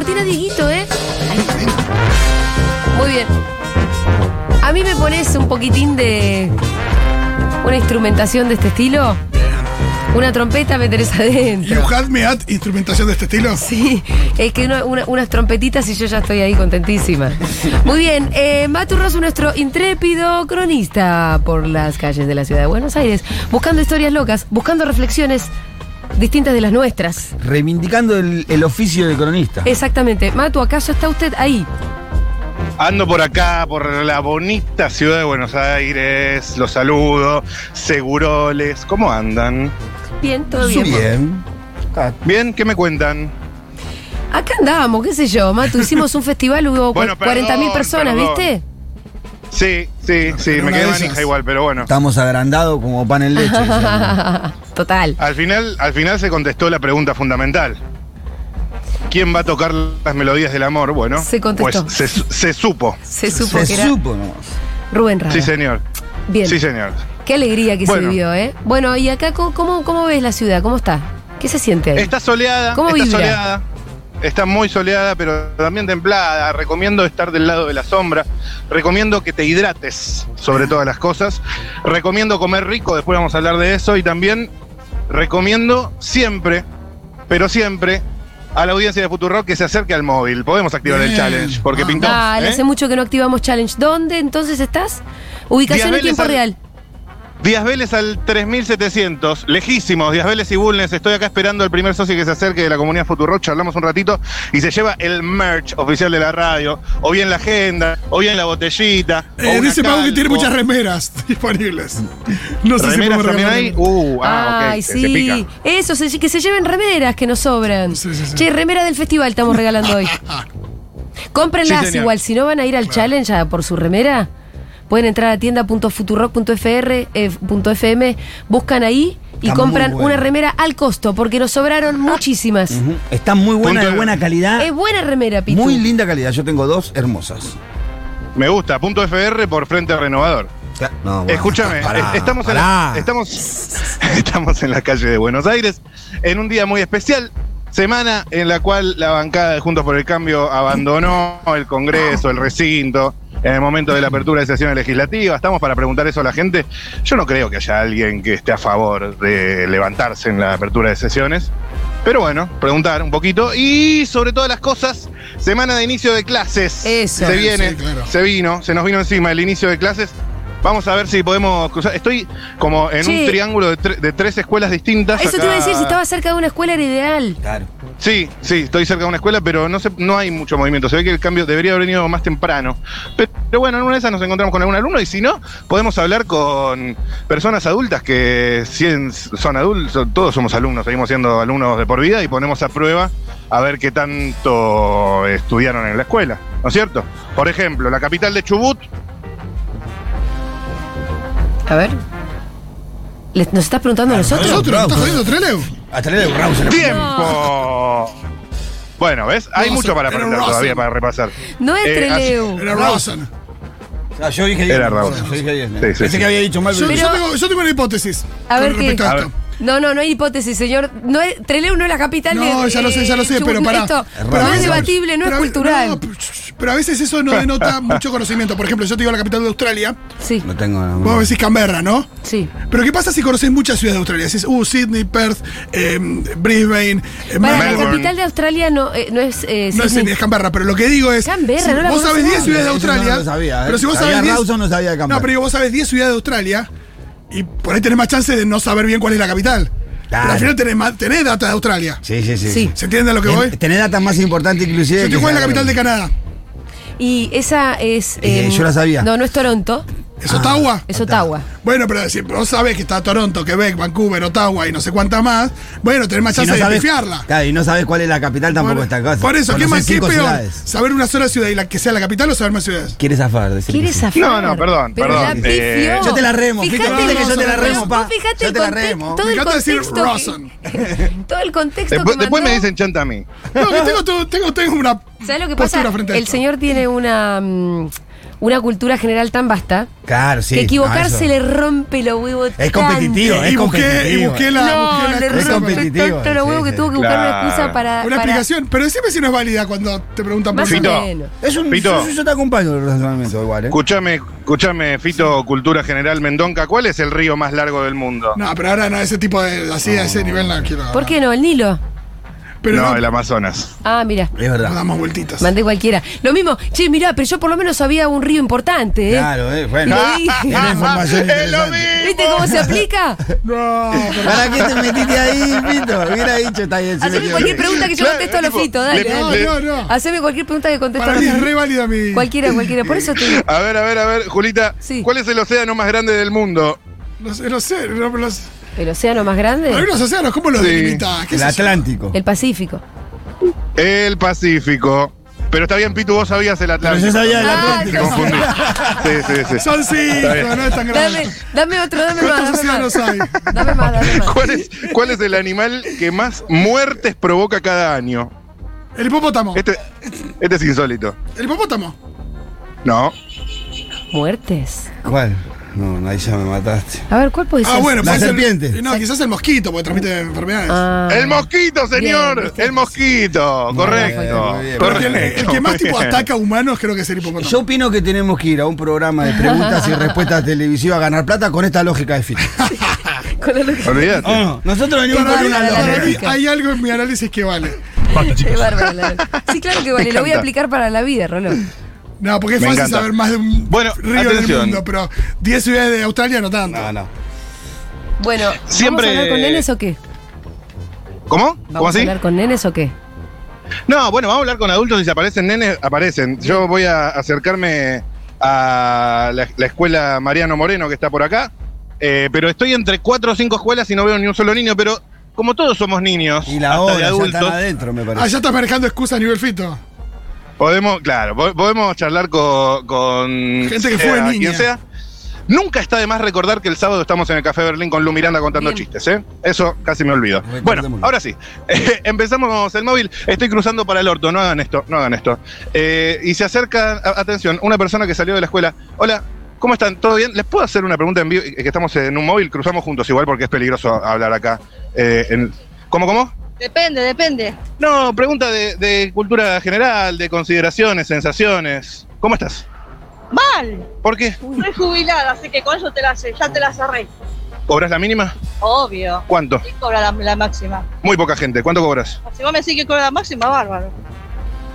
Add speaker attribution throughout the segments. Speaker 1: buena, Dieguito, ¿eh? Muy bien. A mí me pones un poquitín de una instrumentación de este estilo. Una trompeta me tenés adentro.
Speaker 2: You had me at instrumentación de este estilo.
Speaker 1: Sí, es que una- una- unas trompetitas y yo ya estoy ahí contentísima. Muy bien, eh, Matu Rosu, nuestro intrépido cronista por las calles de la ciudad de Buenos Aires, buscando historias locas, buscando reflexiones distintas de las nuestras.
Speaker 3: Reivindicando el, el oficio de cronista.
Speaker 1: Exactamente. Matu, ¿acaso está usted ahí?
Speaker 4: Ando por acá, por la bonita ciudad de Buenos Aires, los saludo, seguroles, ¿cómo andan?
Speaker 1: Bien, todo
Speaker 3: Su
Speaker 1: bien.
Speaker 3: bien. Está-
Speaker 4: ¿Bien? ¿Qué me cuentan?
Speaker 1: Acá andábamos, qué sé yo, Matu, hicimos un festival, hubo
Speaker 4: Bueno,
Speaker 1: cua- 40.000
Speaker 4: perdón,
Speaker 1: personas,
Speaker 4: perdón.
Speaker 1: ¿viste?
Speaker 4: Sí, sí, sí,
Speaker 2: Pero
Speaker 4: me
Speaker 2: una
Speaker 4: quedé
Speaker 2: de
Speaker 4: manija
Speaker 2: esas.
Speaker 4: igual, pero bueno.
Speaker 3: Estamos agrandados como pan en leche.
Speaker 1: Total.
Speaker 4: Al final, al final se contestó la pregunta fundamental. ¿Quién va a tocar las melodías del amor? Bueno,
Speaker 1: Se contestó.
Speaker 4: pues se, su- se supo.
Speaker 1: Se supo
Speaker 3: Se
Speaker 1: que era
Speaker 3: supo. ¿no?
Speaker 1: Rubén Rada.
Speaker 4: Sí, señor.
Speaker 1: Bien.
Speaker 4: Sí, señor.
Speaker 1: Qué alegría que se
Speaker 4: Bueno.
Speaker 1: vivió, ¿eh? Bueno, y acá, ¿cómo- ¿cómo, cómo ves la ciudad? ¿Cómo está? ¿Qué se siente ahí?
Speaker 4: Está soleada,
Speaker 1: ¿Cómo
Speaker 4: está
Speaker 1: vibra?
Speaker 4: soleada. Está muy soleada, pero también templada. Recomiendo estar del lado de la sombra. Recomiendo que te hidrates sobre todas las cosas. Recomiendo comer rico, después vamos a hablar de eso. Y también recomiendo siempre, pero siempre, a la audiencia de Futuro que se acerque al móvil. Podemos activar el
Speaker 2: Bien.
Speaker 4: challenge, porque
Speaker 2: Ah.
Speaker 4: pintó.
Speaker 1: Dale,
Speaker 4: ¿eh?
Speaker 1: hace mucho que no activamos challenge. ¿Dónde entonces estás? Ubicación en
Speaker 4: Diabeles
Speaker 1: tiempo
Speaker 4: al-
Speaker 1: real.
Speaker 4: Díaz Vélez al 3700, lejísimos, Díaz Vélez y Bulnes, estoy acá esperando al primer socio que se acerque de la comunidad Futuro, charlamos un ratito y se lleva el merch oficial de la radio, o bien la agenda, o bien la botellita. o
Speaker 2: Eh,
Speaker 4: una
Speaker 2: dice Pau que
Speaker 4: calco.
Speaker 2: tiene muchas remeras disponibles. No sé
Speaker 4: ¿Remeras
Speaker 2: si podemos
Speaker 4: también
Speaker 2: regalar
Speaker 4: hay?
Speaker 2: una.
Speaker 4: Uh, ah, ok,
Speaker 1: Ay,
Speaker 4: se- se
Speaker 1: sí.
Speaker 4: pica.
Speaker 1: Eso, se- que se lleven remeras que nos sobran.
Speaker 2: Sí, sí, sí.
Speaker 1: Che, remera del festival estamos regalando hoy.
Speaker 4: Sí,
Speaker 1: Cómprenlas
Speaker 4: señor.
Speaker 1: igual, si no van a ir al challenge a por su remera, pueden entrar a tienda.futurock.fr, eh, punto fm, buscan ahí y
Speaker 3: Está
Speaker 1: compran
Speaker 3: muy bueno.
Speaker 1: una
Speaker 3: Ah.
Speaker 1: remera al costo, porque nos sobraron muchísimas.
Speaker 3: Ujú. Está muy buena,
Speaker 4: Punto-
Speaker 3: de buena calidad.
Speaker 1: Es buena remera, Pitu.
Speaker 3: Muy linda calidad. Yo tengo dos hermosas.
Speaker 4: Me gusta, punto FR por Frente Renovador.
Speaker 3: No, bueno,
Speaker 4: Escúchame,
Speaker 3: pará,
Speaker 4: es- estamos, en
Speaker 3: pará.
Speaker 4: la, estamos, estamos en la calle de Buenos Aires en un día muy especial, semana en la cual la bancada de Juntos por el Cambio abandonó el Congreso, el recinto, en el momento de la apertura de sesiones legislativas. Estamos para preguntar eso a la gente. Yo no creo que haya alguien que esté a favor de levantarse en la apertura de sesiones. Pero bueno, preguntar un poquito. Y sobre todas las cosas, semana de inicio de clases.
Speaker 1: Eso.
Speaker 4: Se
Speaker 1: Sí,
Speaker 4: viene,
Speaker 2: sí, claro.
Speaker 4: se vino, se nos vino encima el inicio de clases. Vamos a ver si podemos cruzar. Estoy como en
Speaker 1: Sí.
Speaker 4: un triángulo de, tre- de tres escuelas distintas.
Speaker 1: Eso te iba a
Speaker 4: acá.
Speaker 1: decir, si estaba cerca de una escuela era ideal.
Speaker 3: Claro.
Speaker 4: Sí, sí, estoy cerca de una escuela, pero no, se, no hay mucho movimiento. Se ve que el cambio debería haber venido más temprano. Pero, bueno, en una de esas nos encontramos con algún alumno y si no, podemos hablar con personas adultas que si en- son adultos, todos somos alumnos, seguimos siendo alumnos de por vida y ponemos a prueba a ver qué tanto estudiaron en la escuela, ¿no es cierto? Por ejemplo, la capital de Chubut,
Speaker 1: A ver. Les- ¿Nos estás preguntando a nosotros?
Speaker 2: ¿Nosotros? ¿Me ¿Estás
Speaker 3: Bravo.
Speaker 2: jodiendo, Trelew?
Speaker 3: Hasta le doy Raus en la-
Speaker 4: ¡Tiempo! Bueno, ¿ves? Hay
Speaker 2: Rosen,
Speaker 4: mucho para
Speaker 2: era
Speaker 4: aprender
Speaker 2: Rosen.
Speaker 4: todavía, para repasar.
Speaker 1: No es
Speaker 4: Eh,
Speaker 1: Treleu.
Speaker 2: Era Rawson.
Speaker 3: Ah, yo dije
Speaker 4: Era
Speaker 3: Raúl.
Speaker 4: Raúl.
Speaker 3: Yo dije diez, ¿no?
Speaker 4: Sí, sí,
Speaker 3: Pensé
Speaker 4: sí.
Speaker 3: que había dicho mal.
Speaker 2: Yo,
Speaker 3: pero-
Speaker 1: Pero-
Speaker 2: yo tengo, yo tengo una hipótesis.
Speaker 1: A ver
Speaker 2: con
Speaker 1: qué.
Speaker 2: respecto
Speaker 4: A
Speaker 2: esto.
Speaker 4: ver.
Speaker 1: No, no, no hay hipótesis, señor. No es, Trelew no es la capital de.
Speaker 2: No, ya lo sé, ya lo sé,
Speaker 1: Chubut.
Speaker 2: pero pará.
Speaker 1: eh, Esto
Speaker 3: Es raro,
Speaker 1: no es
Speaker 3: ¿no?
Speaker 1: debatible, no es
Speaker 2: Pero a ve-
Speaker 1: cultural.
Speaker 2: no, pero a veces eso no denota mucho conocimiento. Por ejemplo, yo te digo la capital de Australia,
Speaker 1: Sí,
Speaker 3: No tengo. no,
Speaker 2: vos
Speaker 3: no.
Speaker 2: me decís Canberra, ¿no?
Speaker 1: sí.
Speaker 2: Pero ¿qué pasa si conocés muchas ciudades de Australia? Decís, uh, Sydney, Perth, eh, Brisbane, eh,
Speaker 1: Para, la
Speaker 2: Melbourne.
Speaker 4: Melbourne.
Speaker 1: capital de Australia no, eh, no es. eh,
Speaker 2: No es
Speaker 1: Sydney.
Speaker 2: Sydney, es Canberra, pero lo que digo es.
Speaker 1: Canberra,
Speaker 2: si
Speaker 1: no la
Speaker 2: Vos sabés
Speaker 1: conocía.
Speaker 2: 10 ciudades de
Speaker 3: Eso yo no
Speaker 2: Australia.
Speaker 3: lo sabía, ¿eh?
Speaker 2: Pero si vos
Speaker 3: Sabía
Speaker 2: sabés 10.
Speaker 3: Rawson, no sabía Canberra.
Speaker 2: No, pero digo, vos sabés 10 ciudades de Australia y por ahí tenés más chance de no saber bien cuál es la capital.
Speaker 3: Claro.
Speaker 2: Pero al final tenés, más- tenés data de Australia.
Speaker 3: Sí, sí, sí.
Speaker 1: Sí.
Speaker 3: sí.
Speaker 2: ¿Se entiende a lo que
Speaker 3: Ten-
Speaker 2: voy? Eh,
Speaker 3: Tenés datas más importantes inclusive.
Speaker 2: Yo te
Speaker 3: que
Speaker 2: juego en la
Speaker 3: saber.
Speaker 2: capital de Canadá.
Speaker 1: Y esa es.
Speaker 3: Eh, yo la sabía.
Speaker 1: No, no es Toronto,
Speaker 2: ¿Es Ottawa?
Speaker 1: Ah, es Ottawa.
Speaker 2: Bueno, pero si vos sabés que está Toronto, Quebec, Vancouver, Ottawa y no sé cuántas más, bueno, tenés más
Speaker 3: Si
Speaker 2: chance
Speaker 3: no
Speaker 2: de
Speaker 3: sabes,
Speaker 2: pifiarla.
Speaker 3: Claro, y no sabes cuál es la capital tampoco
Speaker 2: Por-
Speaker 3: está acá.
Speaker 2: Por eso, ¿qué
Speaker 3: Conocés
Speaker 2: más qué es
Speaker 3: cinco
Speaker 2: peor?
Speaker 3: ciudades.
Speaker 2: ¿Saber una sola ciudad y la que sea la capital o saber más ciudades?
Speaker 3: Quieres zafar, decir que
Speaker 1: ¿Quieres
Speaker 3: sí.
Speaker 1: zafar?
Speaker 4: No, no, perdón,
Speaker 1: Pero
Speaker 4: perdón.
Speaker 1: la pifió.
Speaker 4: Eh,
Speaker 3: yo te la remo,
Speaker 1: Fíjate,
Speaker 3: fíjate,
Speaker 2: fíjate que yo te la
Speaker 1: vos,
Speaker 2: remo,
Speaker 1: vos
Speaker 3: pa.
Speaker 1: Fíjate
Speaker 3: Yo
Speaker 1: el
Speaker 3: te la
Speaker 1: conte-
Speaker 3: remo.
Speaker 1: Todo
Speaker 2: Me
Speaker 1: el
Speaker 2: encanta decir
Speaker 1: contexto. que-
Speaker 2: Rawson.
Speaker 1: todo el contexto.
Speaker 4: Después,
Speaker 1: que
Speaker 4: después me
Speaker 1: mandó.
Speaker 4: dicen chanta a mí.
Speaker 2: No, que tengo, tu- tengo, tengo una
Speaker 1: ¿Sabes lo que
Speaker 2: postura
Speaker 1: pasa?
Speaker 2: frente a
Speaker 1: El
Speaker 2: esto.
Speaker 1: señor tiene una. mm, una cultura general tan vasta
Speaker 3: Claro, sí.
Speaker 1: que
Speaker 3: no,
Speaker 1: equivocarse
Speaker 3: eso.
Speaker 1: le rompe los huevos.
Speaker 3: Es competitivo,
Speaker 1: tanto.
Speaker 3: es
Speaker 2: y, busqué, y
Speaker 3: competitivo.
Speaker 2: busqué la.
Speaker 1: No,
Speaker 2: busqué la
Speaker 1: le
Speaker 3: Es
Speaker 2: excusa para-
Speaker 1: rompe
Speaker 3: competitivo,
Speaker 1: tanto los
Speaker 3: sí,
Speaker 1: huevos que
Speaker 3: sí.
Speaker 1: tuvo que buscar una
Speaker 4: Claro.
Speaker 1: excusa para.
Speaker 2: Una
Speaker 1: para-
Speaker 2: explicación, pero decime si no es válida cuando te preguntan por
Speaker 1: Más
Speaker 2: qué.
Speaker 4: Fito.
Speaker 1: o menos.
Speaker 3: Es un,
Speaker 4: Pito.
Speaker 3: Yo, yo te acompaño el razonamiento igual, ¿eh?
Speaker 4: Escuchame, escuchame, Fito, Cultura General Mendonca, ¿cuál es el río más largo del mundo?
Speaker 2: No, pero ahora no, ese tipo de. Así, a ese nivel no quiero.
Speaker 1: ¿Por qué no? El Nilo.
Speaker 2: Pero
Speaker 4: no,
Speaker 2: no,
Speaker 4: el Amazonas.
Speaker 1: Ah, mira.
Speaker 3: Es
Speaker 2: nos
Speaker 3: verdad.
Speaker 2: damos vueltitas.
Speaker 1: Mandé cualquiera. Lo mismo, che, mirá, pero yo por lo menos sabía un río importante, ¿eh?
Speaker 3: Claro, eh, bueno.
Speaker 1: Lo dije.
Speaker 3: Era información
Speaker 4: Es lo
Speaker 3: interesante.
Speaker 4: mismo.
Speaker 1: ¿Viste cómo se aplica?
Speaker 2: No, pero-
Speaker 3: ¿Para qué te metiste ahí, Pito? Hubiera dicho, está bien. sí me
Speaker 1: Haceme
Speaker 3: quedo.
Speaker 1: cualquier pregunta que yo
Speaker 4: Claro,
Speaker 1: contesto a los
Speaker 4: tipo,
Speaker 1: fitos, dale.
Speaker 4: le-
Speaker 1: dale.
Speaker 2: no, no, no.
Speaker 1: Haceme cualquier pregunta que contesto a
Speaker 2: para
Speaker 1: los
Speaker 2: mí es re
Speaker 1: fitos.
Speaker 2: válida mi.
Speaker 1: Cualquiera, cualquiera. Por eso te
Speaker 4: A ver, a ver, a ver, Julita,
Speaker 1: Sí.
Speaker 4: ¿cuál es el océano más grande del mundo?
Speaker 2: No sé, no sé. No, pero los,
Speaker 1: ¿El océano más
Speaker 2: pero
Speaker 1: grande?
Speaker 2: los océanos, ¿cómo los
Speaker 4: Sí.
Speaker 2: delimitas? ¿Qué
Speaker 3: El
Speaker 2: sé yo?
Speaker 3: Atlántico.
Speaker 1: El Pacífico.
Speaker 4: El Pacífico. Pero está bien, Pitu, vos sabías el
Speaker 3: Pero
Speaker 4: Atlántico.
Speaker 3: yo sabía del
Speaker 1: Ah,
Speaker 4: Me
Speaker 3: Atlántico.
Speaker 4: confundí. Sí, sí, sí.
Speaker 2: Son cinco,
Speaker 4: Está bien.
Speaker 2: no es tan
Speaker 1: Dame,
Speaker 2: grave.
Speaker 1: dame otro, dame más,
Speaker 2: ¿Cuántos
Speaker 1: dame más.
Speaker 2: océanos hay?
Speaker 1: Dame más, dame más.
Speaker 4: ¿Cuál es, ¿Cuál es el animal que más muertes provoca cada año?
Speaker 2: El hipopótamo.
Speaker 4: Este, este es insólito.
Speaker 2: El hipopótamo.
Speaker 4: No.
Speaker 1: Muertes.
Speaker 3: ¿Cuál? No, no, ahí ya me mataste.
Speaker 1: A ver, ¿cuál puede ser?
Speaker 2: Ah, bueno,
Speaker 3: La
Speaker 2: puede ser-
Speaker 3: serpiente.
Speaker 2: No, quizás el mosquito, porque transmite enfermedades.
Speaker 1: Ah.
Speaker 4: El mosquito,
Speaker 1: Bien,
Speaker 4: señor.
Speaker 1: viste.
Speaker 4: el mosquito.
Speaker 3: Muy bien,
Speaker 4: correcto.
Speaker 3: muy bien.
Speaker 2: Porque el, el que más tipo
Speaker 4: Muy bien.
Speaker 2: ataca a humanos creo que es el hipopótamo.
Speaker 3: Yo opino que tenemos que ir a un programa de preguntas y respuestas televisivas a ganar plata con esta lógica de Fito.
Speaker 1: Con la luz.
Speaker 4: Olvídate.
Speaker 3: Ah. Nosotros venimos
Speaker 2: para
Speaker 3: con
Speaker 2: mí,
Speaker 3: una
Speaker 1: la
Speaker 2: para mí
Speaker 3: lógica.
Speaker 1: lógica.
Speaker 2: hay algo en mi análisis que vale.
Speaker 1: Qué bárbaro, la verdad. Sí, claro que vale. Lo voy a
Speaker 4: encanta.
Speaker 1: aplicar para la vida, Rolo.
Speaker 2: No, porque es
Speaker 4: Me
Speaker 2: fácil
Speaker 4: encanta.
Speaker 2: saber más de un
Speaker 4: Bueno,
Speaker 2: río
Speaker 4: atención.
Speaker 2: del mundo, pero 10 ciudades de Australia no tanto.
Speaker 3: No, no.
Speaker 1: Bueno, ¿vamos
Speaker 4: Siempre-
Speaker 1: a hablar con nenes o qué?
Speaker 4: ¿Cómo? ¿Cómo
Speaker 1: ¿Vamos a
Speaker 4: así?
Speaker 1: hablar con nenes o qué?
Speaker 4: No, bueno, vamos a hablar con adultos y si aparecen nenes, aparecen. Yo voy a acercarme a la, la escuela Mariano Moreno que está por acá, eh, pero estoy entre cuatro o cinco escuelas y no veo ni un solo niño, pero como todos somos niños,
Speaker 3: Y la
Speaker 4: hasta de
Speaker 3: hora, ya están
Speaker 4: adultos,
Speaker 3: adentro, me
Speaker 2: Ah,
Speaker 3: parece.
Speaker 2: ya estás manejando excusas a nivel fito.
Speaker 4: podemos, claro, po- podemos charlar con, con
Speaker 2: Gente que fue
Speaker 4: sea,
Speaker 2: niña.
Speaker 4: quien sea. Nunca está de más recordar que el sábado estamos en el Café Berlín con Lu Miranda contando
Speaker 1: Bien.
Speaker 4: chistes, ¿eh? Eso casi me olvido.
Speaker 3: Recordémoslo.
Speaker 4: Bueno, ahora sí. Empezamos el móvil. Estoy cruzando para el orto. No hagan esto, no hagan esto. Eh, y se acerca, a- atención, una persona que salió de la escuela. Hola, ¿cómo están? ¿Todo bien? ¿Les puedo hacer una pregunta en vivo? Eh, Que estamos en un móvil, cruzamos juntos igual porque es peligroso hablar acá. Eh, en- ¿Cómo, cómo?
Speaker 5: Depende, depende.
Speaker 4: No, pregunta de, de cultura general, de consideraciones, sensaciones. ¿Cómo estás?
Speaker 5: Mal.
Speaker 4: ¿Por qué?
Speaker 5: Soy jubilada, así que con eso te la sé, ya te la cerré.
Speaker 4: ¿Cobras la mínima?
Speaker 5: Obvio.
Speaker 4: ¿Cuánto?
Speaker 5: ¿Quién cobra la, la máxima?
Speaker 4: Muy poca gente. ¿Cuánto cobras?
Speaker 5: Si vos me decís que cobra la máxima, bárbaro.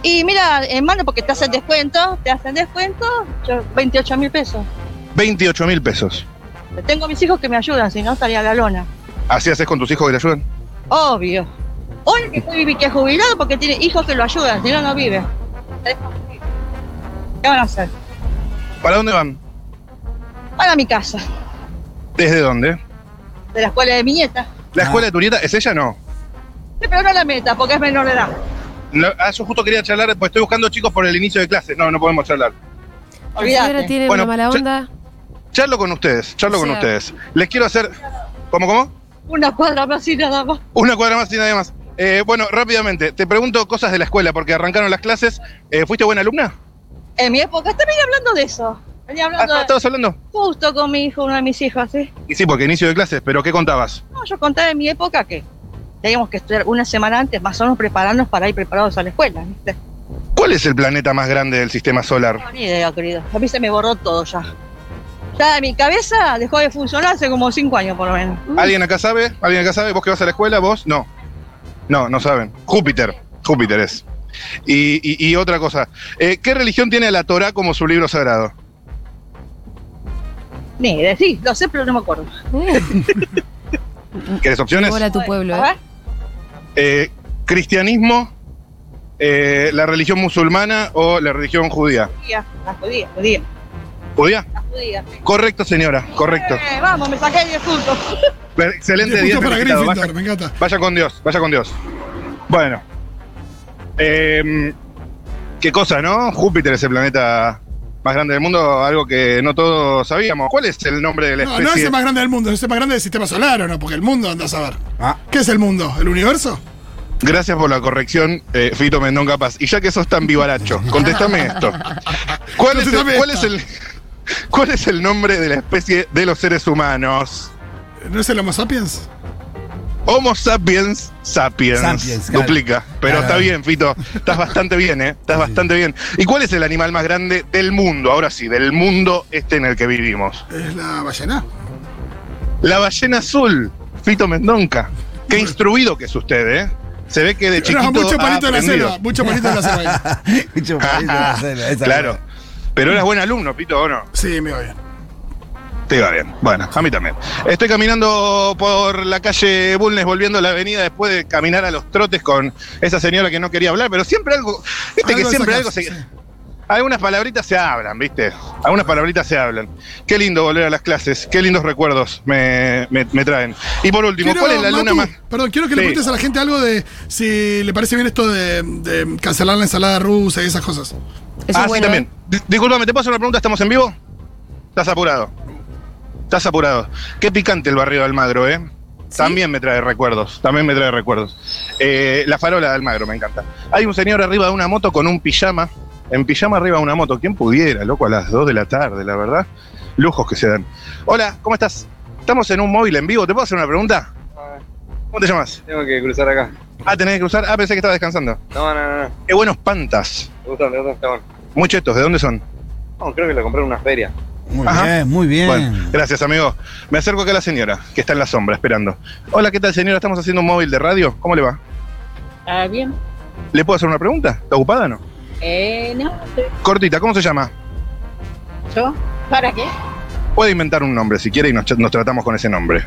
Speaker 5: Y mira, hermano, porque te hacen descuento, te hacen descuento, yo, 28 mil pesos.
Speaker 4: 28 mil pesos.
Speaker 5: Tengo mis hijos que me ayudan, si no estaría la lona.
Speaker 4: ¿Así haces con tus hijos que te ayudan?
Speaker 5: Obvio. O el que, estoy- que es jubilado porque tiene hijos que lo ayudan, si no, no vive. ¿Qué van a hacer?
Speaker 4: ¿Para dónde van?
Speaker 5: Van a mi casa,
Speaker 4: ¿Desde dónde?
Speaker 5: de la escuela de mi nieta.
Speaker 4: ¿La
Speaker 3: Ah.
Speaker 4: escuela de tu nieta es ella? No.
Speaker 5: Sí, Pero no la meta, porque es menor de edad.
Speaker 4: No, ah, yo justo quería charlar, pues estoy buscando chicos por el inicio de clase. No, no podemos charlar.
Speaker 1: La señora
Speaker 5: Olvídate.
Speaker 1: tiene
Speaker 4: Bueno,
Speaker 1: una mala
Speaker 4: ya-
Speaker 1: onda.
Speaker 4: Charlo con ustedes, charlo
Speaker 1: O
Speaker 4: con
Speaker 1: sea-
Speaker 4: ustedes. Les quiero hacer. ¿Cómo, cómo?
Speaker 5: Una cuadra más y nada más.
Speaker 4: Una cuadra más y nadie más. Eh, bueno, rápidamente, te pregunto cosas de la escuela, porque arrancaron las clases. Eh, ¿Fuiste buena alumna?
Speaker 5: En mi época, hasta venía hablando de eso. Venía
Speaker 4: Ah,
Speaker 5: hablando
Speaker 4: ¿no
Speaker 5: de,
Speaker 4: ¿Estabas hablando?
Speaker 5: justo con mi hijo, uno de mis hijos, ¿sí?
Speaker 4: Y sí, porque inicio de clases, pero ¿qué contabas?
Speaker 5: No, yo contaba en mi época que teníamos que estudiar una semana antes, más o menos prepararnos para ir preparados a la escuela, ¿viste?
Speaker 4: ¿Cuál es el planeta más grande del sistema solar?
Speaker 5: No, ni idea, querido. A mí se me borró todo ya. Ya mi cabeza dejó de funcionar hace como cinco años, por lo menos.
Speaker 4: ¿Alguien acá sabe? ¿Alguien acá sabe? ¿Vos que vas a la escuela? ¿Vos? No. No, no saben. Júpiter. Júpiter es. Y, y- y otra cosa. Eh, ¿Qué religión tiene la Torah como su libro sagrado?
Speaker 5: Ni idea, sí, lo sé, pero no me acuerdo.
Speaker 1: Eh,
Speaker 4: ¿Quieres opciones?
Speaker 1: Hola tu pueblo,
Speaker 5: A
Speaker 1: ¿eh?
Speaker 5: ver,
Speaker 4: Eh, ¿Cristianismo, eh, la religión musulmana o la religión judía?
Speaker 5: judía, la judía, judía,
Speaker 4: ¿Judía?
Speaker 5: la judía. sí.
Speaker 4: Correcto, señora, correcto.
Speaker 5: Eh, vamos, me saqué 10 puntos.
Speaker 4: Per- Excelente
Speaker 2: Diez
Speaker 4: día.
Speaker 2: puntos para
Speaker 4: felicitado.
Speaker 2: Gryffindor,
Speaker 4: Vaya,
Speaker 2: me encanta.
Speaker 4: vaya con Dios, vaya con Dios. Bueno. Em, qué cosa, ¿no? Júpiter es el planeta más grande del mundo, algo que no todos sabíamos. ¿Cuál es el nombre de la
Speaker 2: No,
Speaker 4: especie?
Speaker 2: no es el más grande del mundo, es el más grande del sistema solar, ¿o no? Porque el mundo, anda a saber.
Speaker 3: Ah,
Speaker 2: ¿Qué es el mundo? ¿El universo?
Speaker 4: Gracias por la corrección, eh, Fito Mendón Capaz. Y ya que sos tan vivaracho, contéstame esto. ¿Cuál, es el,
Speaker 2: Contéstame
Speaker 4: cuál, es
Speaker 2: esta.
Speaker 4: el, ¿Cuál es el nombre de la especie de los seres humanos?
Speaker 2: ¿No es el Homo sapiens?
Speaker 4: Homo sapiens sapiens.
Speaker 3: Sapiens, claro.
Speaker 4: Duplica. Pero
Speaker 3: Claro.
Speaker 4: está bien, Fito. Estás bastante bien, ¿eh? Estás bastante bien. ¿Y cuál es el animal más grande del mundo? Ahora sí, del mundo este en el que vivimos.
Speaker 2: Es la ballena.
Speaker 4: La ballena azul, Fito Mendonca. Qué instruido que es usted, ¿eh? Se ve que de chiquito.
Speaker 2: No, mucho
Speaker 4: ha
Speaker 2: palito de la
Speaker 4: aprendido.
Speaker 2: selva. Mucho palito de la selva.
Speaker 3: Ah. Mucho palito de la selva, esa
Speaker 4: claro.
Speaker 3: es
Speaker 4: Pero eras buen alumno, Pito, ¿o no?
Speaker 2: Sí, me va bien.
Speaker 4: Te iba bien. Bueno, a mí también. Estoy caminando por la calle Bulnes, volviendo a la avenida después de caminar a los trotes con esa señora que no quería hablar, pero siempre algo. Viste
Speaker 2: Algo
Speaker 4: que siempre
Speaker 2: sacas,
Speaker 4: algo se.
Speaker 2: sí.
Speaker 4: Algunas palabritas se hablan, ¿viste? Algunas palabritas se hablan. Qué lindo volver a las clases, qué lindos recuerdos me, me- me traen. Y por último,
Speaker 2: Quiero,
Speaker 4: ¿cuál es la luna
Speaker 2: Matu,
Speaker 4: más?
Speaker 2: Perdón, quiero que le
Speaker 4: Sí.
Speaker 2: preguntes a la gente algo de si le parece bien esto de, de cancelar la ensalada rusa y esas cosas.
Speaker 1: Eso
Speaker 4: ah,
Speaker 1: es
Speaker 4: sí,
Speaker 1: bueno. ¿eh?
Speaker 4: también. Di- Disculpame, ¿te puedo hacer una pregunta? ¿Estamos en vivo? Estás apurado. Estás apurado. Qué picante el barrio de Almagro, ¿eh? También me trae recuerdos, también me trae recuerdos. Eh, la farola de Almagro, me encanta. Hay un señor arriba de una moto con un pijama, en pijama arriba de una moto, ¿quién pudiera, loco, a las 2 de la tarde, la verdad? Lujos que se dan. Hola, ¿cómo estás? Estamos en un móvil en vivo, ¿te puedo hacer una pregunta? ¿Cómo te llamas?
Speaker 6: Ah, Tengo que cruzar acá.
Speaker 4: Ah, tenés que cruzar. Ah, pensé que estaba descansando.
Speaker 6: No, no, no, no.
Speaker 4: Qué buenos pantas.
Speaker 6: Me gustan, me gustan, está bueno.
Speaker 4: Muchetos, ¿de dónde son?
Speaker 6: No, creo que lo compré en una feria.
Speaker 3: la- Muy
Speaker 4: Ajá.
Speaker 3: bien, muy bien.
Speaker 4: Bueno, gracias, amigo. Me acerco acá a la señora, que está en la sombra, esperando. Hola, ¿qué tal, señora? Estamos haciendo un móvil de radio. ¿Cómo le va?
Speaker 7: Ah, bien.
Speaker 4: ¿Le puedo hacer una pregunta? ¿Está ocupada o no?
Speaker 7: Eh, no, sí.
Speaker 4: Cortita, ¿cómo se llama?
Speaker 7: yo. ¿Para qué?
Speaker 4: Puede inventar un nombre si quiere y nos, ch- nos tratamos con ese nombre.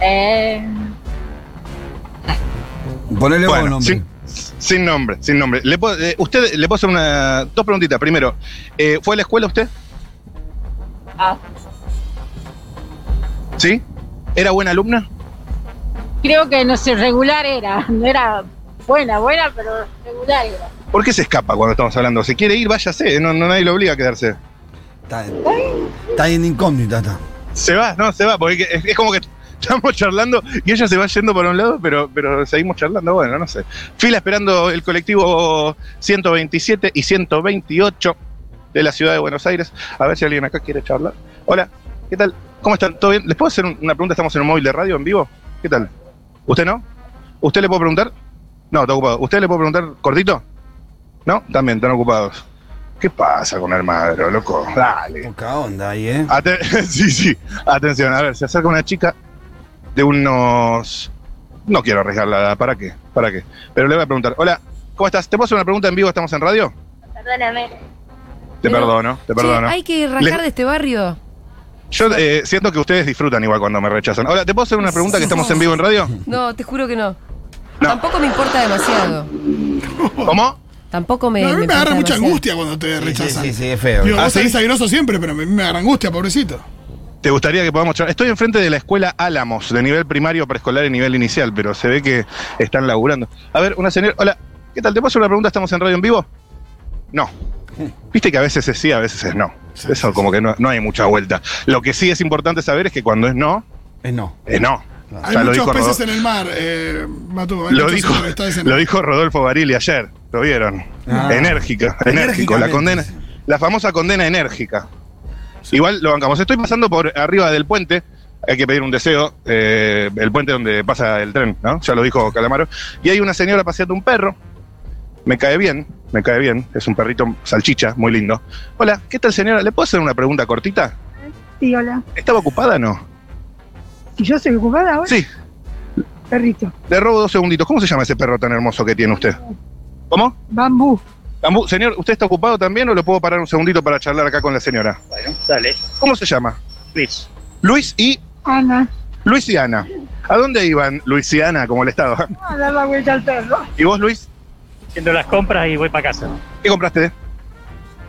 Speaker 7: Eh,
Speaker 3: Ponele vos nombre.
Speaker 4: sin, sin nombre, sin nombre. ¿Le puedo, eh, usted, le puedo hacer una, dos preguntitas. Primero, eh, ¿fue a la escuela usted?
Speaker 7: ah,
Speaker 4: ¿Sí? ¿Era buena alumna?
Speaker 7: creo que no sé, regular era. No era buena, buena, pero regular era.
Speaker 4: ¿Por qué se escapa cuando estamos hablando? Si quiere ir, váyase. No, no, nadie lo obliga a quedarse.
Speaker 3: Está, está en incógnita, está.
Speaker 4: Se va, no, se va, porque es, es como que estamos charlando y ella se va yendo para un lado, pero, pero seguimos charlando, bueno, no sé. Fila esperando el colectivo 127 y 128 de la ciudad de Buenos Aires, a ver si alguien acá quiere charlar. Hola, ¿qué tal? ¿Cómo están? ¿Todo bien? ¿Les puedo hacer un- una pregunta? ¿Estamos en un móvil de radio en vivo? ¿Qué tal? ¿Usted no? ¿Usted le puedo preguntar? No, está ocupado. ¿Usted le puedo preguntar cortito? ¿No? También, están ocupados. ¿Qué pasa con Almagro, loco? Dale.
Speaker 3: Poca onda ahí, ¿eh?
Speaker 4: Aten- sí, sí. Atención, a ver, se acerca una chica de unos. No quiero arriesgar la edad, ¿para qué? ¿Para qué? Pero le voy a preguntar. Hola, ¿cómo estás? ¿Te puedo hacer una pregunta en vivo? ¿Estamos en radio?
Speaker 7: Perdóname.
Speaker 4: Te
Speaker 1: Pero-
Speaker 4: perdono, te
Speaker 1: Che,
Speaker 4: perdono.
Speaker 1: hay que rascar
Speaker 4: Le-
Speaker 1: de este barrio.
Speaker 4: Yo eh, siento que ustedes disfrutan igual cuando me rechazan. Hola, ¿te puedo hacer una pregunta que estamos en vivo en radio?
Speaker 1: No, te juro que no.
Speaker 4: No.
Speaker 1: Tampoco me importa demasiado.
Speaker 4: ¿Cómo?
Speaker 1: Tampoco me.
Speaker 2: No, a mí me, agarra
Speaker 1: importa
Speaker 2: mucha
Speaker 1: demasiado.
Speaker 2: angustia cuando te
Speaker 3: Sí, sí,
Speaker 2: rechazan.
Speaker 3: sí, sí, es feo.
Speaker 2: Digo,
Speaker 4: ¿Ah,
Speaker 2: vos
Speaker 4: sí?
Speaker 2: salís airoso siempre, pero a mí me agarra angustia, pobrecito.
Speaker 4: ¿Te gustaría que podamos charlar? Estoy enfrente de la escuela Álamos, de nivel primario, preescolar y nivel inicial, pero se ve que están laburando. A ver, una señora. Hola, ¿qué tal? ¿Te puedo hacer una pregunta? ¿Estamos en radio en vivo? No. Viste que a veces es sí, a veces es no. Eso como que no, no hay mucha vuelta. Lo que sí es importante saber es que cuando es no,
Speaker 3: Es Eh, no.
Speaker 4: es no.
Speaker 2: Hay
Speaker 4: Ya lo
Speaker 2: muchos
Speaker 4: dijo
Speaker 2: peces
Speaker 4: Rodolfo,
Speaker 2: en el mar, eh, Matu. hay
Speaker 4: lo
Speaker 2: muchos
Speaker 4: dijo,
Speaker 2: pescadores en el
Speaker 4: lo
Speaker 2: mar.
Speaker 4: dijo Rodolfo Barili ayer. ¿Lo vieron?
Speaker 3: Ah.
Speaker 4: Enérgica, enérgico. La
Speaker 3: Enérgicamente,
Speaker 4: condena,
Speaker 3: sí.
Speaker 4: la famosa condena enérgica. Igual lo bancamos. Estoy pasando por arriba del puente. Hay que pedir un deseo. eh, el puente donde pasa el tren, ¿no? Ya lo dijo Calamaro. Y hay una señora paseando un perro. Me cae bien, me cae bien. Es un perrito salchicha, muy lindo. Hola, ¿qué tal señora? ¿Le puedo hacer una pregunta cortita?
Speaker 8: Sí, hola.
Speaker 4: ¿Estaba ocupada o no?
Speaker 8: Si yo soy ocupada ahora,
Speaker 4: Sí,
Speaker 8: perrito.
Speaker 4: le robo dos segunditos. ¿Cómo se llama ese perro tan hermoso que tiene usted? ¿Cómo?
Speaker 8: Bambú.
Speaker 4: Bambú, señor, ¿usted está ocupado también o lo puedo parar un segundito para charlar acá con la señora?
Speaker 6: Bueno, dale,
Speaker 4: ¿Cómo se llama?
Speaker 6: Luis.
Speaker 4: Luis y
Speaker 8: Ana.
Speaker 4: Luis y Ana. ¿A dónde iban Luis y Ana como el estado?
Speaker 8: A dar la vuelta al perro.
Speaker 4: ¿Y vos, Luis?
Speaker 9: haciendo las compras y voy para casa.
Speaker 4: ¿Qué compraste?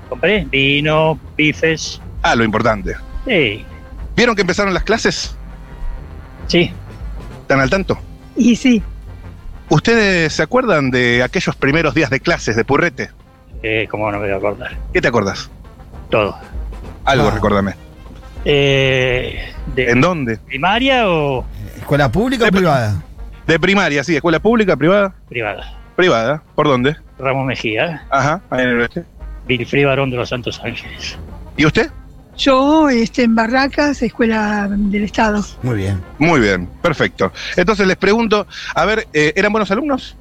Speaker 9: Compré vino, bifes.
Speaker 4: Ah, lo importante.
Speaker 9: Sí,
Speaker 4: ¿Vieron que empezaron las clases?
Speaker 9: sí.
Speaker 4: ¿Están al tanto?
Speaker 8: Y sí,
Speaker 4: ¿Ustedes se acuerdan de aquellos primeros días de clases de Purrete?
Speaker 9: Eh, ¿Cómo no me voy a acordar?
Speaker 4: ¿Qué te acordás?
Speaker 9: Todo.
Speaker 4: Algo,
Speaker 3: Ah.
Speaker 4: recordame.
Speaker 9: Eh, ¿De
Speaker 4: ¿En dónde?
Speaker 9: Eh, primaria o
Speaker 4: Eh,
Speaker 3: ¿Escuela pública o privada?
Speaker 4: De primaria, sí, escuela pública, privada.
Speaker 9: privada.
Speaker 4: Privada, ¿por dónde?
Speaker 9: Ramos Mejía,
Speaker 4: Ajá, ahí en el oeste.
Speaker 9: Vilfrey Barón de los Santos Ángeles.
Speaker 4: ¿Y usted?
Speaker 8: Yo, este, en Barracas, escuela del Estado.
Speaker 3: Muy bien.
Speaker 4: Muy bien, perfecto. Entonces les pregunto, a ver, eh, ¿eran buenos alumnos?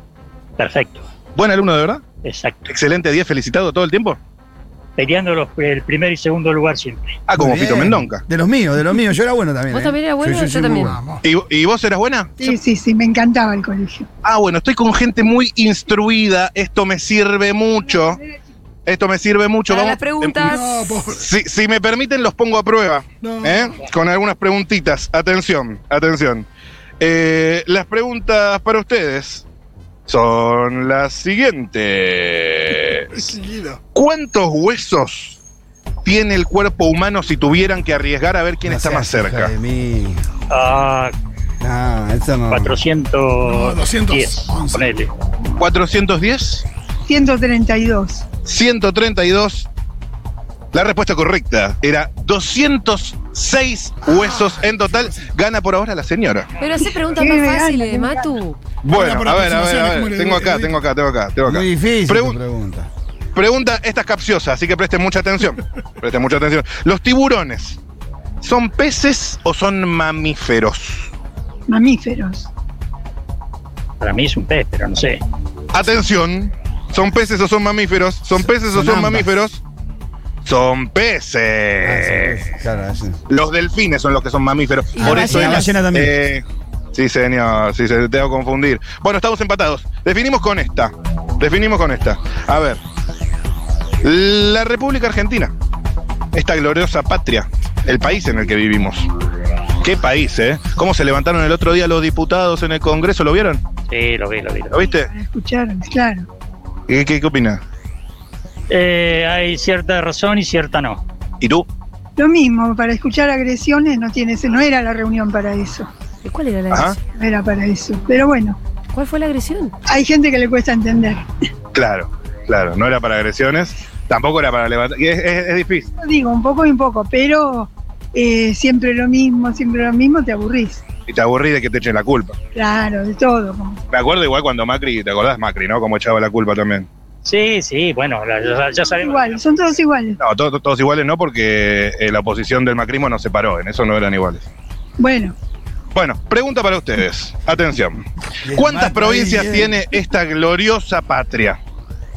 Speaker 9: Perfecto,
Speaker 4: ¿Buen alumno de verdad?
Speaker 9: exacto.
Speaker 4: Excelente 10, felicitado todo el tiempo.
Speaker 9: Peleando los- el primer y segundo lugar siempre.
Speaker 4: Ah, como
Speaker 3: Muy
Speaker 4: Pito
Speaker 3: bien.
Speaker 4: Mendonca.
Speaker 3: De los míos, de los míos. Yo era bueno también.
Speaker 1: ¿Vos
Speaker 3: ¿eh?
Speaker 1: también eras bueno?
Speaker 3: Sí,
Speaker 1: Yo
Speaker 3: sí, muy
Speaker 1: también.
Speaker 3: bueno.
Speaker 2: Vamos.
Speaker 4: ¿Y, y vos eras buena?
Speaker 8: Sí, sí, sí, me encantaba el colegio.
Speaker 4: Ah, bueno, estoy con gente muy instruida. Esto me sirve mucho. Esto me sirve mucho.
Speaker 1: Para
Speaker 4: Vamos- em,
Speaker 1: las preguntas.
Speaker 2: No, pobre.
Speaker 4: Si, si me permiten, los pongo a prueba.
Speaker 2: No.
Speaker 4: ¿eh? Con algunas preguntitas. Atención, atención. Eh, las preguntas para ustedes son las siguientes.
Speaker 2: Guido.
Speaker 4: ¿Cuántos huesos tiene el cuerpo humano si tuvieran que arriesgar a ver quién
Speaker 3: No
Speaker 4: está
Speaker 3: seas
Speaker 4: más
Speaker 3: hija
Speaker 4: cerca?
Speaker 3: de mí.
Speaker 9: Ah,
Speaker 3: No, esa no.
Speaker 9: 410.
Speaker 2: No, 211.
Speaker 9: Ponele.
Speaker 4: ¿410?
Speaker 8: 132.
Speaker 4: 132. La respuesta correcta era 206 huesos en total. Gana por ahora la señora.
Speaker 1: Pero hace preguntas
Speaker 8: Sí,
Speaker 1: más
Speaker 8: me gana,
Speaker 1: fáciles,
Speaker 8: me
Speaker 1: Matu.
Speaker 4: Bueno,
Speaker 2: por
Speaker 4: a ver, a ver, a
Speaker 2: aproximaciones, como
Speaker 4: ver.
Speaker 2: le-
Speaker 4: Tengo acá,
Speaker 2: le-
Speaker 4: tengo acá, tengo acá, tengo acá.
Speaker 3: Muy difícil tu
Speaker 4: Pregun-
Speaker 3: pregunta.
Speaker 4: pregunta esta es capciosa, así que presten mucha atención. Presten mucha atención. Los tiburones, ¿son peces o son mamíferos?
Speaker 8: Mamíferos.
Speaker 9: Para mí es un pez, pero no sé.
Speaker 4: Atención, ¿son peces o son mamíferos? ¿Son peces o
Speaker 3: son
Speaker 4: son
Speaker 3: ambas.
Speaker 4: mamíferos? Son Eh. peces.
Speaker 3: Claro, Ah, sí.
Speaker 4: Los delfines son los que son mamíferos.
Speaker 1: Y
Speaker 4: Por
Speaker 1: la
Speaker 4: eso
Speaker 1: ballena.
Speaker 4: es-
Speaker 3: La ballena también.
Speaker 4: Eh, sí, señor. Sí, se, te hago confundir. Bueno, estamos empatados. Definimos con esta. Definimos con esta. A ver. La República Argentina. Esta gloriosa patria. El país en el que vivimos. Qué país, ¿eh? ¿Cómo se levantaron el otro día los diputados en el Congreso? ¿Lo vieron?
Speaker 9: Sí, lo vi, lo vi. lo vi.
Speaker 4: ¿Lo viste?
Speaker 8: Para escuchar, claro.
Speaker 4: ¿Qué, qué, qué opinas?
Speaker 9: Eh, hay cierta razón y cierta no.
Speaker 4: ¿Y tú?
Speaker 8: Lo mismo, para escuchar agresiones no tiene, no era la reunión para eso.
Speaker 1: ¿Y ¿Cuál era la
Speaker 4: Ajá.
Speaker 1: agresión?
Speaker 8: No era para eso. Pero bueno,
Speaker 1: ¿Cuál fue la agresión?
Speaker 8: hay gente que le cuesta entender.
Speaker 4: Claro, claro. No era para agresiones. Tampoco era para levantar. y Es, es- es difícil.
Speaker 8: Yo digo, un poco y un poco, pero eh, siempre lo mismo, siempre lo mismo, te aburrís.
Speaker 4: Y te aburrí de que te echen la culpa.
Speaker 8: Claro, de todo. como-
Speaker 4: Me acuerdo igual cuando Macri, ¿te acordás Macri, no? Como echaba la culpa también.
Speaker 9: Sí, sí, bueno, la- ya, ya sabemos.
Speaker 8: Igual, son todos iguales.
Speaker 4: No, to- to- todos iguales no, porque eh, la oposición del macrismo nos separó, en eso no eran iguales.
Speaker 8: Bueno,
Speaker 4: Bueno, pregunta para ustedes. Atención.
Speaker 3: Bien,
Speaker 4: ¿Cuántas
Speaker 3: Marta,
Speaker 4: provincias
Speaker 3: bien.
Speaker 4: tiene esta gloriosa patria?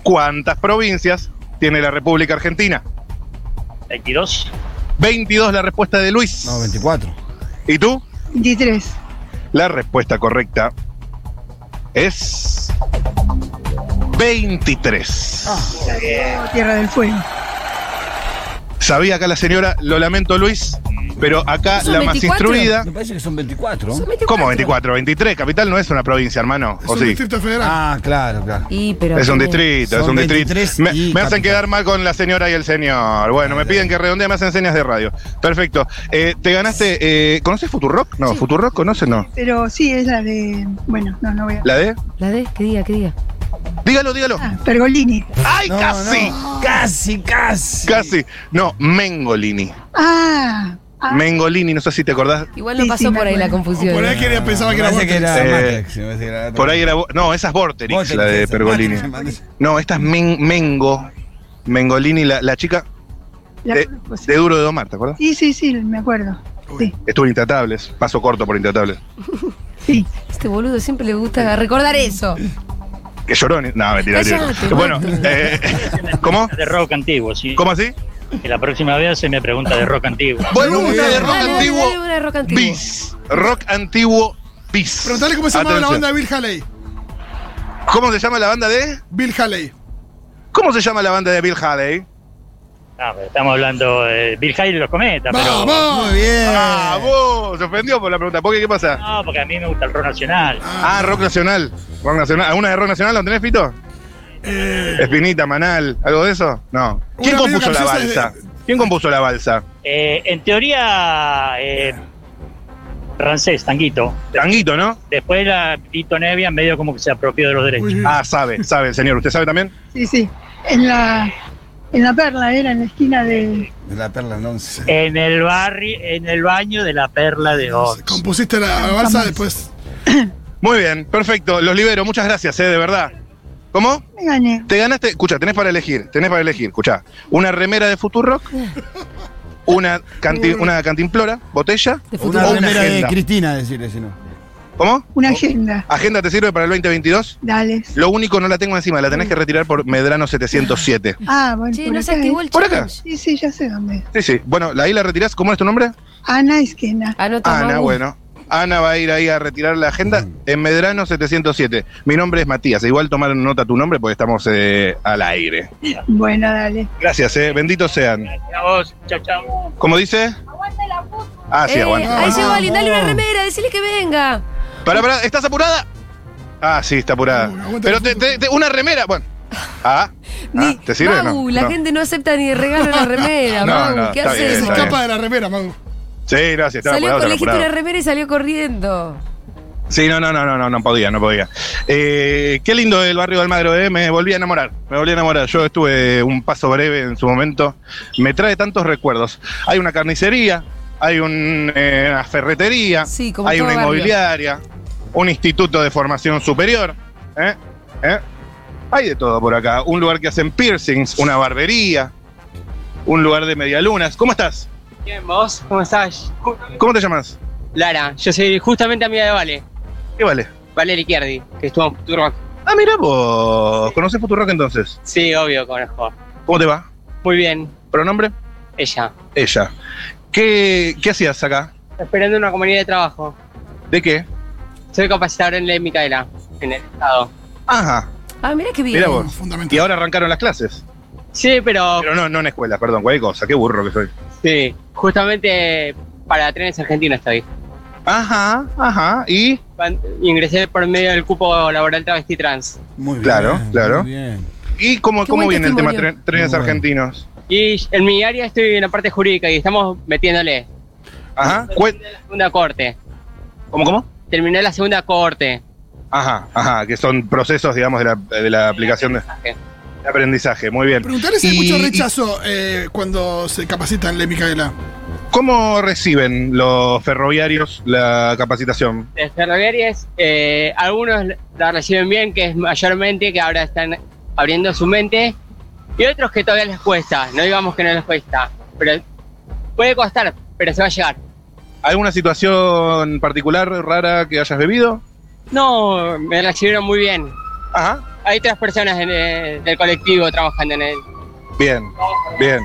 Speaker 4: ¿Cuántas provincias tiene la República Argentina?
Speaker 9: 22.
Speaker 4: 22 la respuesta de Luis.
Speaker 3: No, 24.
Speaker 4: ¿Y tú?
Speaker 8: 23.
Speaker 4: La respuesta correcta es 23.
Speaker 8: Tierra del Fuego.
Speaker 4: Sabía acá la señora, lo lamento Luis, pero acá
Speaker 1: ¿Son
Speaker 4: la más
Speaker 1: 24?
Speaker 4: instruida.
Speaker 3: Ah, Me parece que son 24.
Speaker 1: Son 24.
Speaker 4: ¿Cómo 24? 23, capital no es una provincia, hermano.
Speaker 2: Es
Speaker 4: ¿O
Speaker 2: un
Speaker 4: sí?
Speaker 2: distrito federal.
Speaker 3: Ah, claro, claro.
Speaker 1: Y, pero
Speaker 4: Es un
Speaker 1: tiene-
Speaker 4: distrito, es
Speaker 3: Son
Speaker 4: un distrito.
Speaker 3: 23
Speaker 4: Me,
Speaker 3: y
Speaker 4: me hacen
Speaker 3: capital.
Speaker 4: quedar mal con la señora y el señor. Bueno, me piden que redondee, me hacen señas de radio. Perfecto. Eh, ¿Te ganaste? Eh, ¿Conoces Futurock? No,
Speaker 1: Sí.
Speaker 4: Futurock conoces, no.
Speaker 8: Pero sí, es la de. Bueno, no, no voy a.
Speaker 4: ¿La de?
Speaker 1: La D, que diga, que diga.
Speaker 4: Dígalo, dígalo.
Speaker 8: Ah, Pergolini.
Speaker 4: ¡Ay,
Speaker 3: No,
Speaker 4: casi!
Speaker 3: no. Casi, casi.
Speaker 4: Casi. No, Mengolini.
Speaker 8: Ah, ah,
Speaker 4: Mengolini, no sé si te acordás.
Speaker 1: Igual no
Speaker 8: Sí,
Speaker 1: pasó
Speaker 8: sí, me
Speaker 1: por ahí la
Speaker 8: acuerdo.
Speaker 1: confusión. ¿eh?
Speaker 2: Por ahí que era- pensaba que
Speaker 3: me
Speaker 2: era
Speaker 3: parece
Speaker 4: Vortex.
Speaker 3: era
Speaker 4: Eh,
Speaker 3: Matrix, me parece que era-
Speaker 4: Por ahí era. vo- No, esa es Vorterix,
Speaker 3: Vortex,
Speaker 4: la de
Speaker 3: esa.
Speaker 4: Pergolini.
Speaker 3: Matrix.
Speaker 4: No, esta es Men- Mengo. Mengolini, la, la chica
Speaker 8: la-
Speaker 4: de, de Duro de Domar, ¿te acuerdas?
Speaker 8: Sí, sí, sí, me acuerdo. Sí,
Speaker 4: Estuvo en Intratables. Paso corto por Intratables.
Speaker 8: sí.
Speaker 1: Este boludo siempre le gusta recordar eso.
Speaker 4: Que llorones. No, mentira, mentira.
Speaker 1: Cállate,
Speaker 4: Bueno, eh, ¿cómo?
Speaker 9: De rock antiguo, sí.
Speaker 4: ¿Cómo así?
Speaker 9: Que la próxima vez se me pregunta de rock antiguo.
Speaker 4: Bueno,
Speaker 3: Muy
Speaker 4: una
Speaker 3: bien.
Speaker 4: de rock
Speaker 1: Dale, dale,
Speaker 4: antiguo.
Speaker 1: dale una de rock antiguo.
Speaker 4: bis. Rock antiguo bis.
Speaker 2: Preguntale cómo se llamaba la
Speaker 4: Atención.
Speaker 2: banda de Bill Haley.
Speaker 4: ¿Cómo se llama la banda de?
Speaker 2: Bill Haley.
Speaker 4: ¿Cómo se llama la banda de Bill Haley?
Speaker 9: No, Ah, pero estamos hablando de Bill Haley y los cometas, pero.
Speaker 3: Muy
Speaker 2: ¡Vamos!
Speaker 3: bien.
Speaker 4: Ah,
Speaker 2: Eh.
Speaker 4: vos, se ofendió por la pregunta. ¿Por qué? ¿Qué pasa?
Speaker 9: No, porque a mí me gusta el rock nacional.
Speaker 4: Ah, rock nacional. Rock nacional. ¿Alguna de rock nacional la tenés, Fito?
Speaker 2: Eh,
Speaker 4: Espinita, Manal, algo de eso? No. ¿Quién
Speaker 2: Una medio
Speaker 4: compuso la
Speaker 2: capciosa
Speaker 4: balsa? ¿Quién compuso la balsa?
Speaker 9: Eh, en teoría, eh, Rancés, Tanguito.
Speaker 4: Tanguito, ¿no?
Speaker 9: Después la Tito Nevia medio como que se apropió de los derechos.
Speaker 2: uy,
Speaker 4: Ah, sabe, sabe el señor. ¿Usted sabe también?
Speaker 8: Sí, sí. En la, en la perla era, en la esquina de.
Speaker 3: De la perla, entonces.
Speaker 9: En el barrio, en el baño de la perla de Oz.
Speaker 2: Compusiste la balsa después.
Speaker 4: Muy bien, perfecto. Los libero. Muchas gracias, eh, de verdad. ¿Cómo?
Speaker 8: Me gané.
Speaker 4: Te ganaste, escucha, tenés para elegir, tenés para elegir, escucha, una remera de Futurock, una, canti- una cantimplora, botella,
Speaker 1: De
Speaker 3: Una
Speaker 1: futuro.
Speaker 4: una
Speaker 3: remera de
Speaker 4: agenda.
Speaker 3: Cristina, decirle si no.
Speaker 4: ¿cómo?
Speaker 8: Una agenda.
Speaker 4: ¿Agenda te sirve para el 2022?
Speaker 8: Dale.
Speaker 4: Lo único no la tengo encima, la tenés que retirar por Medrano 707.
Speaker 8: Ah, bueno.
Speaker 1: Che,
Speaker 8: por
Speaker 1: no se
Speaker 8: acá, ¿eh?
Speaker 1: activó el
Speaker 4: Por acá.
Speaker 1: challenge.
Speaker 8: Sí, sí, ya sé dónde. es. Ah,
Speaker 4: Sí, sí. Bueno, ahí la retirás. ¿Cómo es tu nombre?
Speaker 8: Ana Esquena.
Speaker 1: Anota,
Speaker 4: Ana,
Speaker 1: Mau.
Speaker 4: Ah, bueno. Ana va a ir ahí a retirar la agenda en Medrano 707. Mi nombre es Matías. Igual tomaron nota tu nombre porque estamos eh, al aire.
Speaker 8: Bueno, dale.
Speaker 4: Gracias, eh. Benditos sean.
Speaker 9: A vos, chao, chao.
Speaker 4: ¿Cómo dice?
Speaker 7: Aguante la puta.
Speaker 4: Ah, sí,
Speaker 1: Eh,
Speaker 4: aguanta.
Speaker 1: Ahí llegó alguien, dale una
Speaker 3: Vamos.
Speaker 1: remera, decile que venga.
Speaker 4: Pará, pará, ¿estás apurada? Ah, sí, está apurada.
Speaker 2: Uy, aguanta
Speaker 4: Pero
Speaker 2: el
Speaker 4: te- te- te- una remera, bueno. Ah,
Speaker 1: Ni-
Speaker 4: ah, ¿te sirve? o
Speaker 1: Mau,
Speaker 4: no?
Speaker 1: la
Speaker 4: No.
Speaker 1: gente no acepta ni regalo la remera,
Speaker 4: No,
Speaker 1: Mau,
Speaker 4: no,
Speaker 1: ¿qué
Speaker 4: está bien,
Speaker 1: haces?
Speaker 2: Se
Speaker 4: está bien.
Speaker 2: escapa de la remera, Mago.
Speaker 4: Sí, gracias, estaba
Speaker 1: Salió,
Speaker 4: apurado,
Speaker 1: le
Speaker 4: estaba
Speaker 1: dijiste
Speaker 4: apurado.
Speaker 1: una remera y salió corriendo.
Speaker 4: Sí, no, no, no, no, no, no podía, no podía. Eh, qué lindo el barrio de Almagro, eh, me volví a enamorar, me volví a enamorar. Yo estuve un paso breve en su momento, me trae tantos recuerdos. Hay una carnicería, hay un, eh, una ferretería,
Speaker 1: Sí, como
Speaker 4: hay
Speaker 1: todo
Speaker 4: una
Speaker 1: barrio.
Speaker 4: inmobiliaria, un instituto de formación superior, ¿eh? ¿eh? Hay de todo por acá, un lugar que hacen piercings, una barbería, un lugar de medialunas. ¿Cómo estás?
Speaker 10: Bien, vos, ¿cómo estás? Ju-
Speaker 4: ¿Cómo te llamas?
Speaker 10: Lara, yo soy justamente amiga de Vale,
Speaker 4: ¿Qué vale?
Speaker 10: Vale Liquierdi, que estuvo en Futurock.
Speaker 4: Ah, mira vos, ¿conoces Futurock entonces?
Speaker 10: Sí, obvio, conozco.
Speaker 4: ¿Cómo te va?
Speaker 10: Muy bien,
Speaker 4: ¿Pronombre?
Speaker 10: ella.
Speaker 4: Ella. ¿Qué, qué hacías acá?
Speaker 10: Esperando una comunidad de trabajo.
Speaker 4: ¿De qué?
Speaker 10: Soy capacitador en ley Micaela, en el Estado.
Speaker 4: Ajá.
Speaker 1: Ah, mira qué bien.
Speaker 4: Mira vos. Y
Speaker 2: Fundamental.
Speaker 4: ahora arrancaron las clases.
Speaker 10: Sí, pero,
Speaker 4: Pero no, no en escuela, perdón, cualquier cosa. Qué burro que soy.
Speaker 10: sí, justamente para trenes argentinos estoy.
Speaker 4: Ajá, ajá. Y.
Speaker 10: Van- Ingresé por medio del cupo laboral travesti trans.
Speaker 3: Muy bien.
Speaker 4: Claro, claro.
Speaker 3: Muy bien.
Speaker 4: ¿Y cómo,
Speaker 1: Qué
Speaker 4: cómo
Speaker 1: buen
Speaker 4: viene el tema
Speaker 1: testimonio.
Speaker 4: tre- trenes
Speaker 3: Muy bueno.
Speaker 4: argentinos?
Speaker 10: Y en mi área estoy en la parte jurídica y estamos metiéndole.
Speaker 4: Ajá. cue-
Speaker 10: La segunda corte.
Speaker 4: ¿Cómo, cómo?
Speaker 10: Terminé la segunda corte.
Speaker 4: Ajá, ajá. Que son procesos, digamos, de la, de la aplicación de, de aprendizaje. Muy bien.
Speaker 2: Preguntarle si hay
Speaker 4: Y-
Speaker 2: mucho
Speaker 4: y-
Speaker 2: rechazo eh, cuando se capacitan, Le Micaela.
Speaker 4: ¿Cómo reciben los ferroviarios la capacitación?
Speaker 10: de ferroviarias, eh, algunos la reciben bien, que es mayormente que ahora están abriendo su mente, y otros que todavía les cuesta, no digamos que no les cuesta, pero puede costar, pero se va a llegar.
Speaker 4: ¿Alguna situación particular rara que hayas bebido?
Speaker 10: No, me recibieron muy bien.
Speaker 4: Ajá.
Speaker 10: Hay tres personas en, eh, del colectivo trabajando en él.
Speaker 4: Bien. Bien.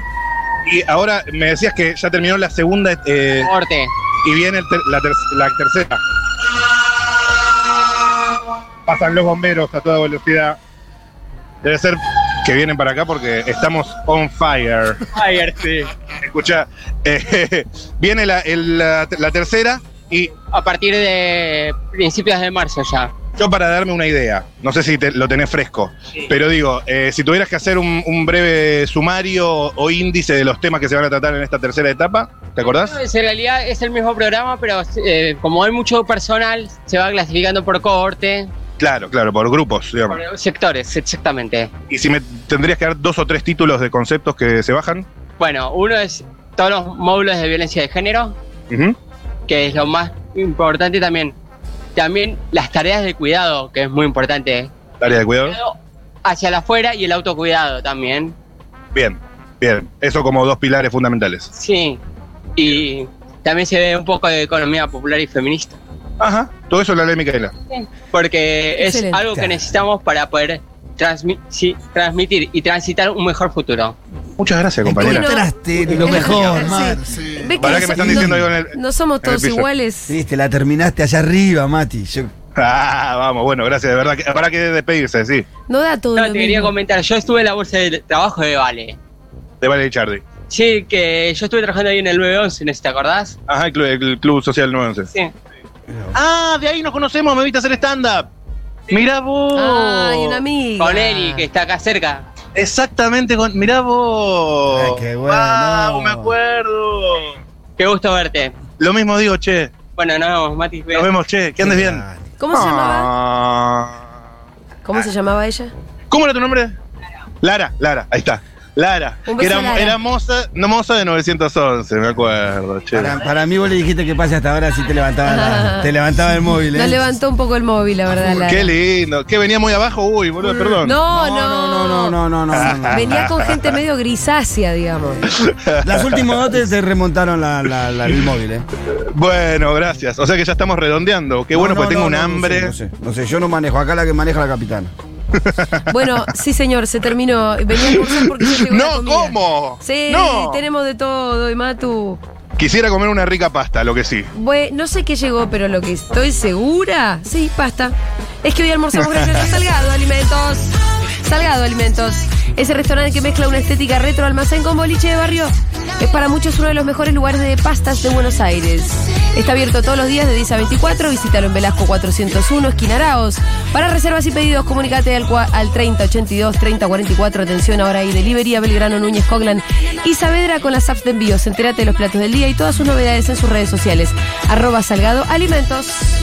Speaker 4: Y ahora me decías que ya terminó la segunda eh,
Speaker 10: Corte.
Speaker 4: y viene el ter- la, ter- la tercera. Pasan los bomberos a toda velocidad. Debe ser que vienen para acá porque estamos on fire.
Speaker 10: Ayer, sí.
Speaker 4: Escucha, eh, viene la, el- la- la tercera y
Speaker 10: A partir de principios de marzo ya.
Speaker 4: yo para darme una idea, no sé si te- lo tenés fresco, pero digo, eh, si tuvieras que hacer un, un breve sumario o, o índice de los temas que se van a tratar en esta tercera etapa, ¿te acordás?
Speaker 10: No, En realidad es el mismo programa, pero eh, como hay mucho personal, se va clasificando por cohorte,
Speaker 4: Claro, claro, por grupos, digamos.
Speaker 10: por sectores, exactamente.
Speaker 4: Y si me tendrías que dar dos o tres títulos de conceptos que se bajan.
Speaker 10: Bueno, uno es todos los módulos de violencia de género,
Speaker 4: Ujú.
Speaker 10: que es lo más importante también. También las tareas de cuidado, que es muy importante.
Speaker 4: Tarea de cuidado.
Speaker 10: Cuidado hacia la afuera y el autocuidado también.
Speaker 4: Bien, bien. Eso como dos pilares fundamentales.
Speaker 10: Sí. Y también se ve un poco de economía popular y feminista.
Speaker 4: Ajá. Todo eso es la ley Micaela.
Speaker 10: Porque es
Speaker 1: Excelente.
Speaker 10: algo que necesitamos para poder transmi- sí, transmitir y transitar un mejor futuro.
Speaker 4: Muchas gracias, compañera.
Speaker 1: Bueno,
Speaker 3: Encontraste
Speaker 1: eh,
Speaker 3: lo
Speaker 1: eh,
Speaker 3: mejor,
Speaker 1: sí.
Speaker 3: Mar.
Speaker 2: Sí.
Speaker 1: Ve
Speaker 4: Pará
Speaker 1: no
Speaker 4: que me
Speaker 1: so-
Speaker 4: están
Speaker 1: no-
Speaker 4: diciendo algo en el.
Speaker 1: No somos
Speaker 4: en el
Speaker 1: todos
Speaker 4: piso.
Speaker 1: iguales.
Speaker 3: Viste, la terminaste allá arriba, Mati. Yo-
Speaker 4: Ah, vamos, bueno, gracias, de verdad. que- Para que despedirse, sí.
Speaker 1: No da todo.
Speaker 10: No,
Speaker 1: lo
Speaker 10: te quería
Speaker 1: mismo.
Speaker 10: comentar, yo estuve en la bolsa de trabajo de Vale.
Speaker 4: De Valerie Chardy.
Speaker 10: Sí, que yo estuve trabajando ahí en el 911, ¿no sé si te acordás?
Speaker 4: Ajá, el Club, el Club Social 911.
Speaker 10: Sí.
Speaker 4: Ah, de ahí nos conocemos, me viste hacer stand-up. Mirá vos.
Speaker 1: Ay, una amiga.
Speaker 10: Uh, Con Eli, que está acá cerca.
Speaker 4: Exactamente, con... mirá vos.
Speaker 3: Ay, qué bueno.
Speaker 4: Oh, Vamos, me acuerdo.
Speaker 10: Qué gusto verte.
Speaker 4: Lo mismo digo, che.
Speaker 10: Bueno, nos vemos, Mati.
Speaker 4: Nos vemos, che. Que andes bien.
Speaker 1: ¿Cómo se llamaba?
Speaker 4: Ah.
Speaker 1: ¿Cómo se llamaba ella?
Speaker 4: ¿Cómo era tu nombre? Lara, Lara, ahí está. Lara.
Speaker 1: Un
Speaker 4: que
Speaker 1: beso
Speaker 4: era,
Speaker 1: a Lara.
Speaker 4: era moza, no, moza de 911, me acuerdo, che.
Speaker 3: Para, para mí vos le dijiste que pase hasta ahora si te levantaba, la- te levantaba el móvil. ¿eh?
Speaker 1: Nos levantó un poco el móvil, la verdad. Lara.
Speaker 4: Qué lindo. Que venía muy abajo, uy, boludo, perdón.
Speaker 1: No, no,
Speaker 3: no, no, no, no, no, no, no. Ah,
Speaker 1: Venía con gente medio grisácea, digamos.
Speaker 3: Las últimas dotes se remontaron la, la- la- el móvil, ¿eh?
Speaker 4: Bueno, gracias. O sea que ya estamos redondeando. Qué bueno,
Speaker 3: No, no,
Speaker 4: pues tengo
Speaker 3: no,
Speaker 4: un
Speaker 3: no, no
Speaker 4: hambre.
Speaker 3: sé, No sé, no sé, yo no manejo. Acá la que maneja la capitana.
Speaker 1: Bueno, sí, señor, se terminó. Venía a almorzar porque ya llegó la
Speaker 4: No,
Speaker 1: comida.
Speaker 4: ¿cómo?
Speaker 1: Sí,
Speaker 4: No.
Speaker 1: tenemos de todo, y Matu.
Speaker 4: Quisiera comer una rica pasta, lo que sí.
Speaker 1: Bue- no sé qué llegó, pero lo que estoy segura, sí, pasta. Es que hoy almorzamos gracias a Salgado Alimentos. Salgado Alimentos. Ese restaurante que mezcla una estética retro almacén con boliche de barrio. Es para muchos uno de los mejores lugares de pastas de Buenos Aires. Está abierto todos los días de 10 a 24. Visítalo en Velasco 401, esquina Araos. Para reservas y pedidos, comunícate al, cua- al 3082 3044. Atención ahora y Delivery a Belgrano, Núñez, Coglan y Saavedra con las apps de envíos. Entérate de los platos del día y todas sus novedades en sus redes sociales. Arroba Salgado Alimentos.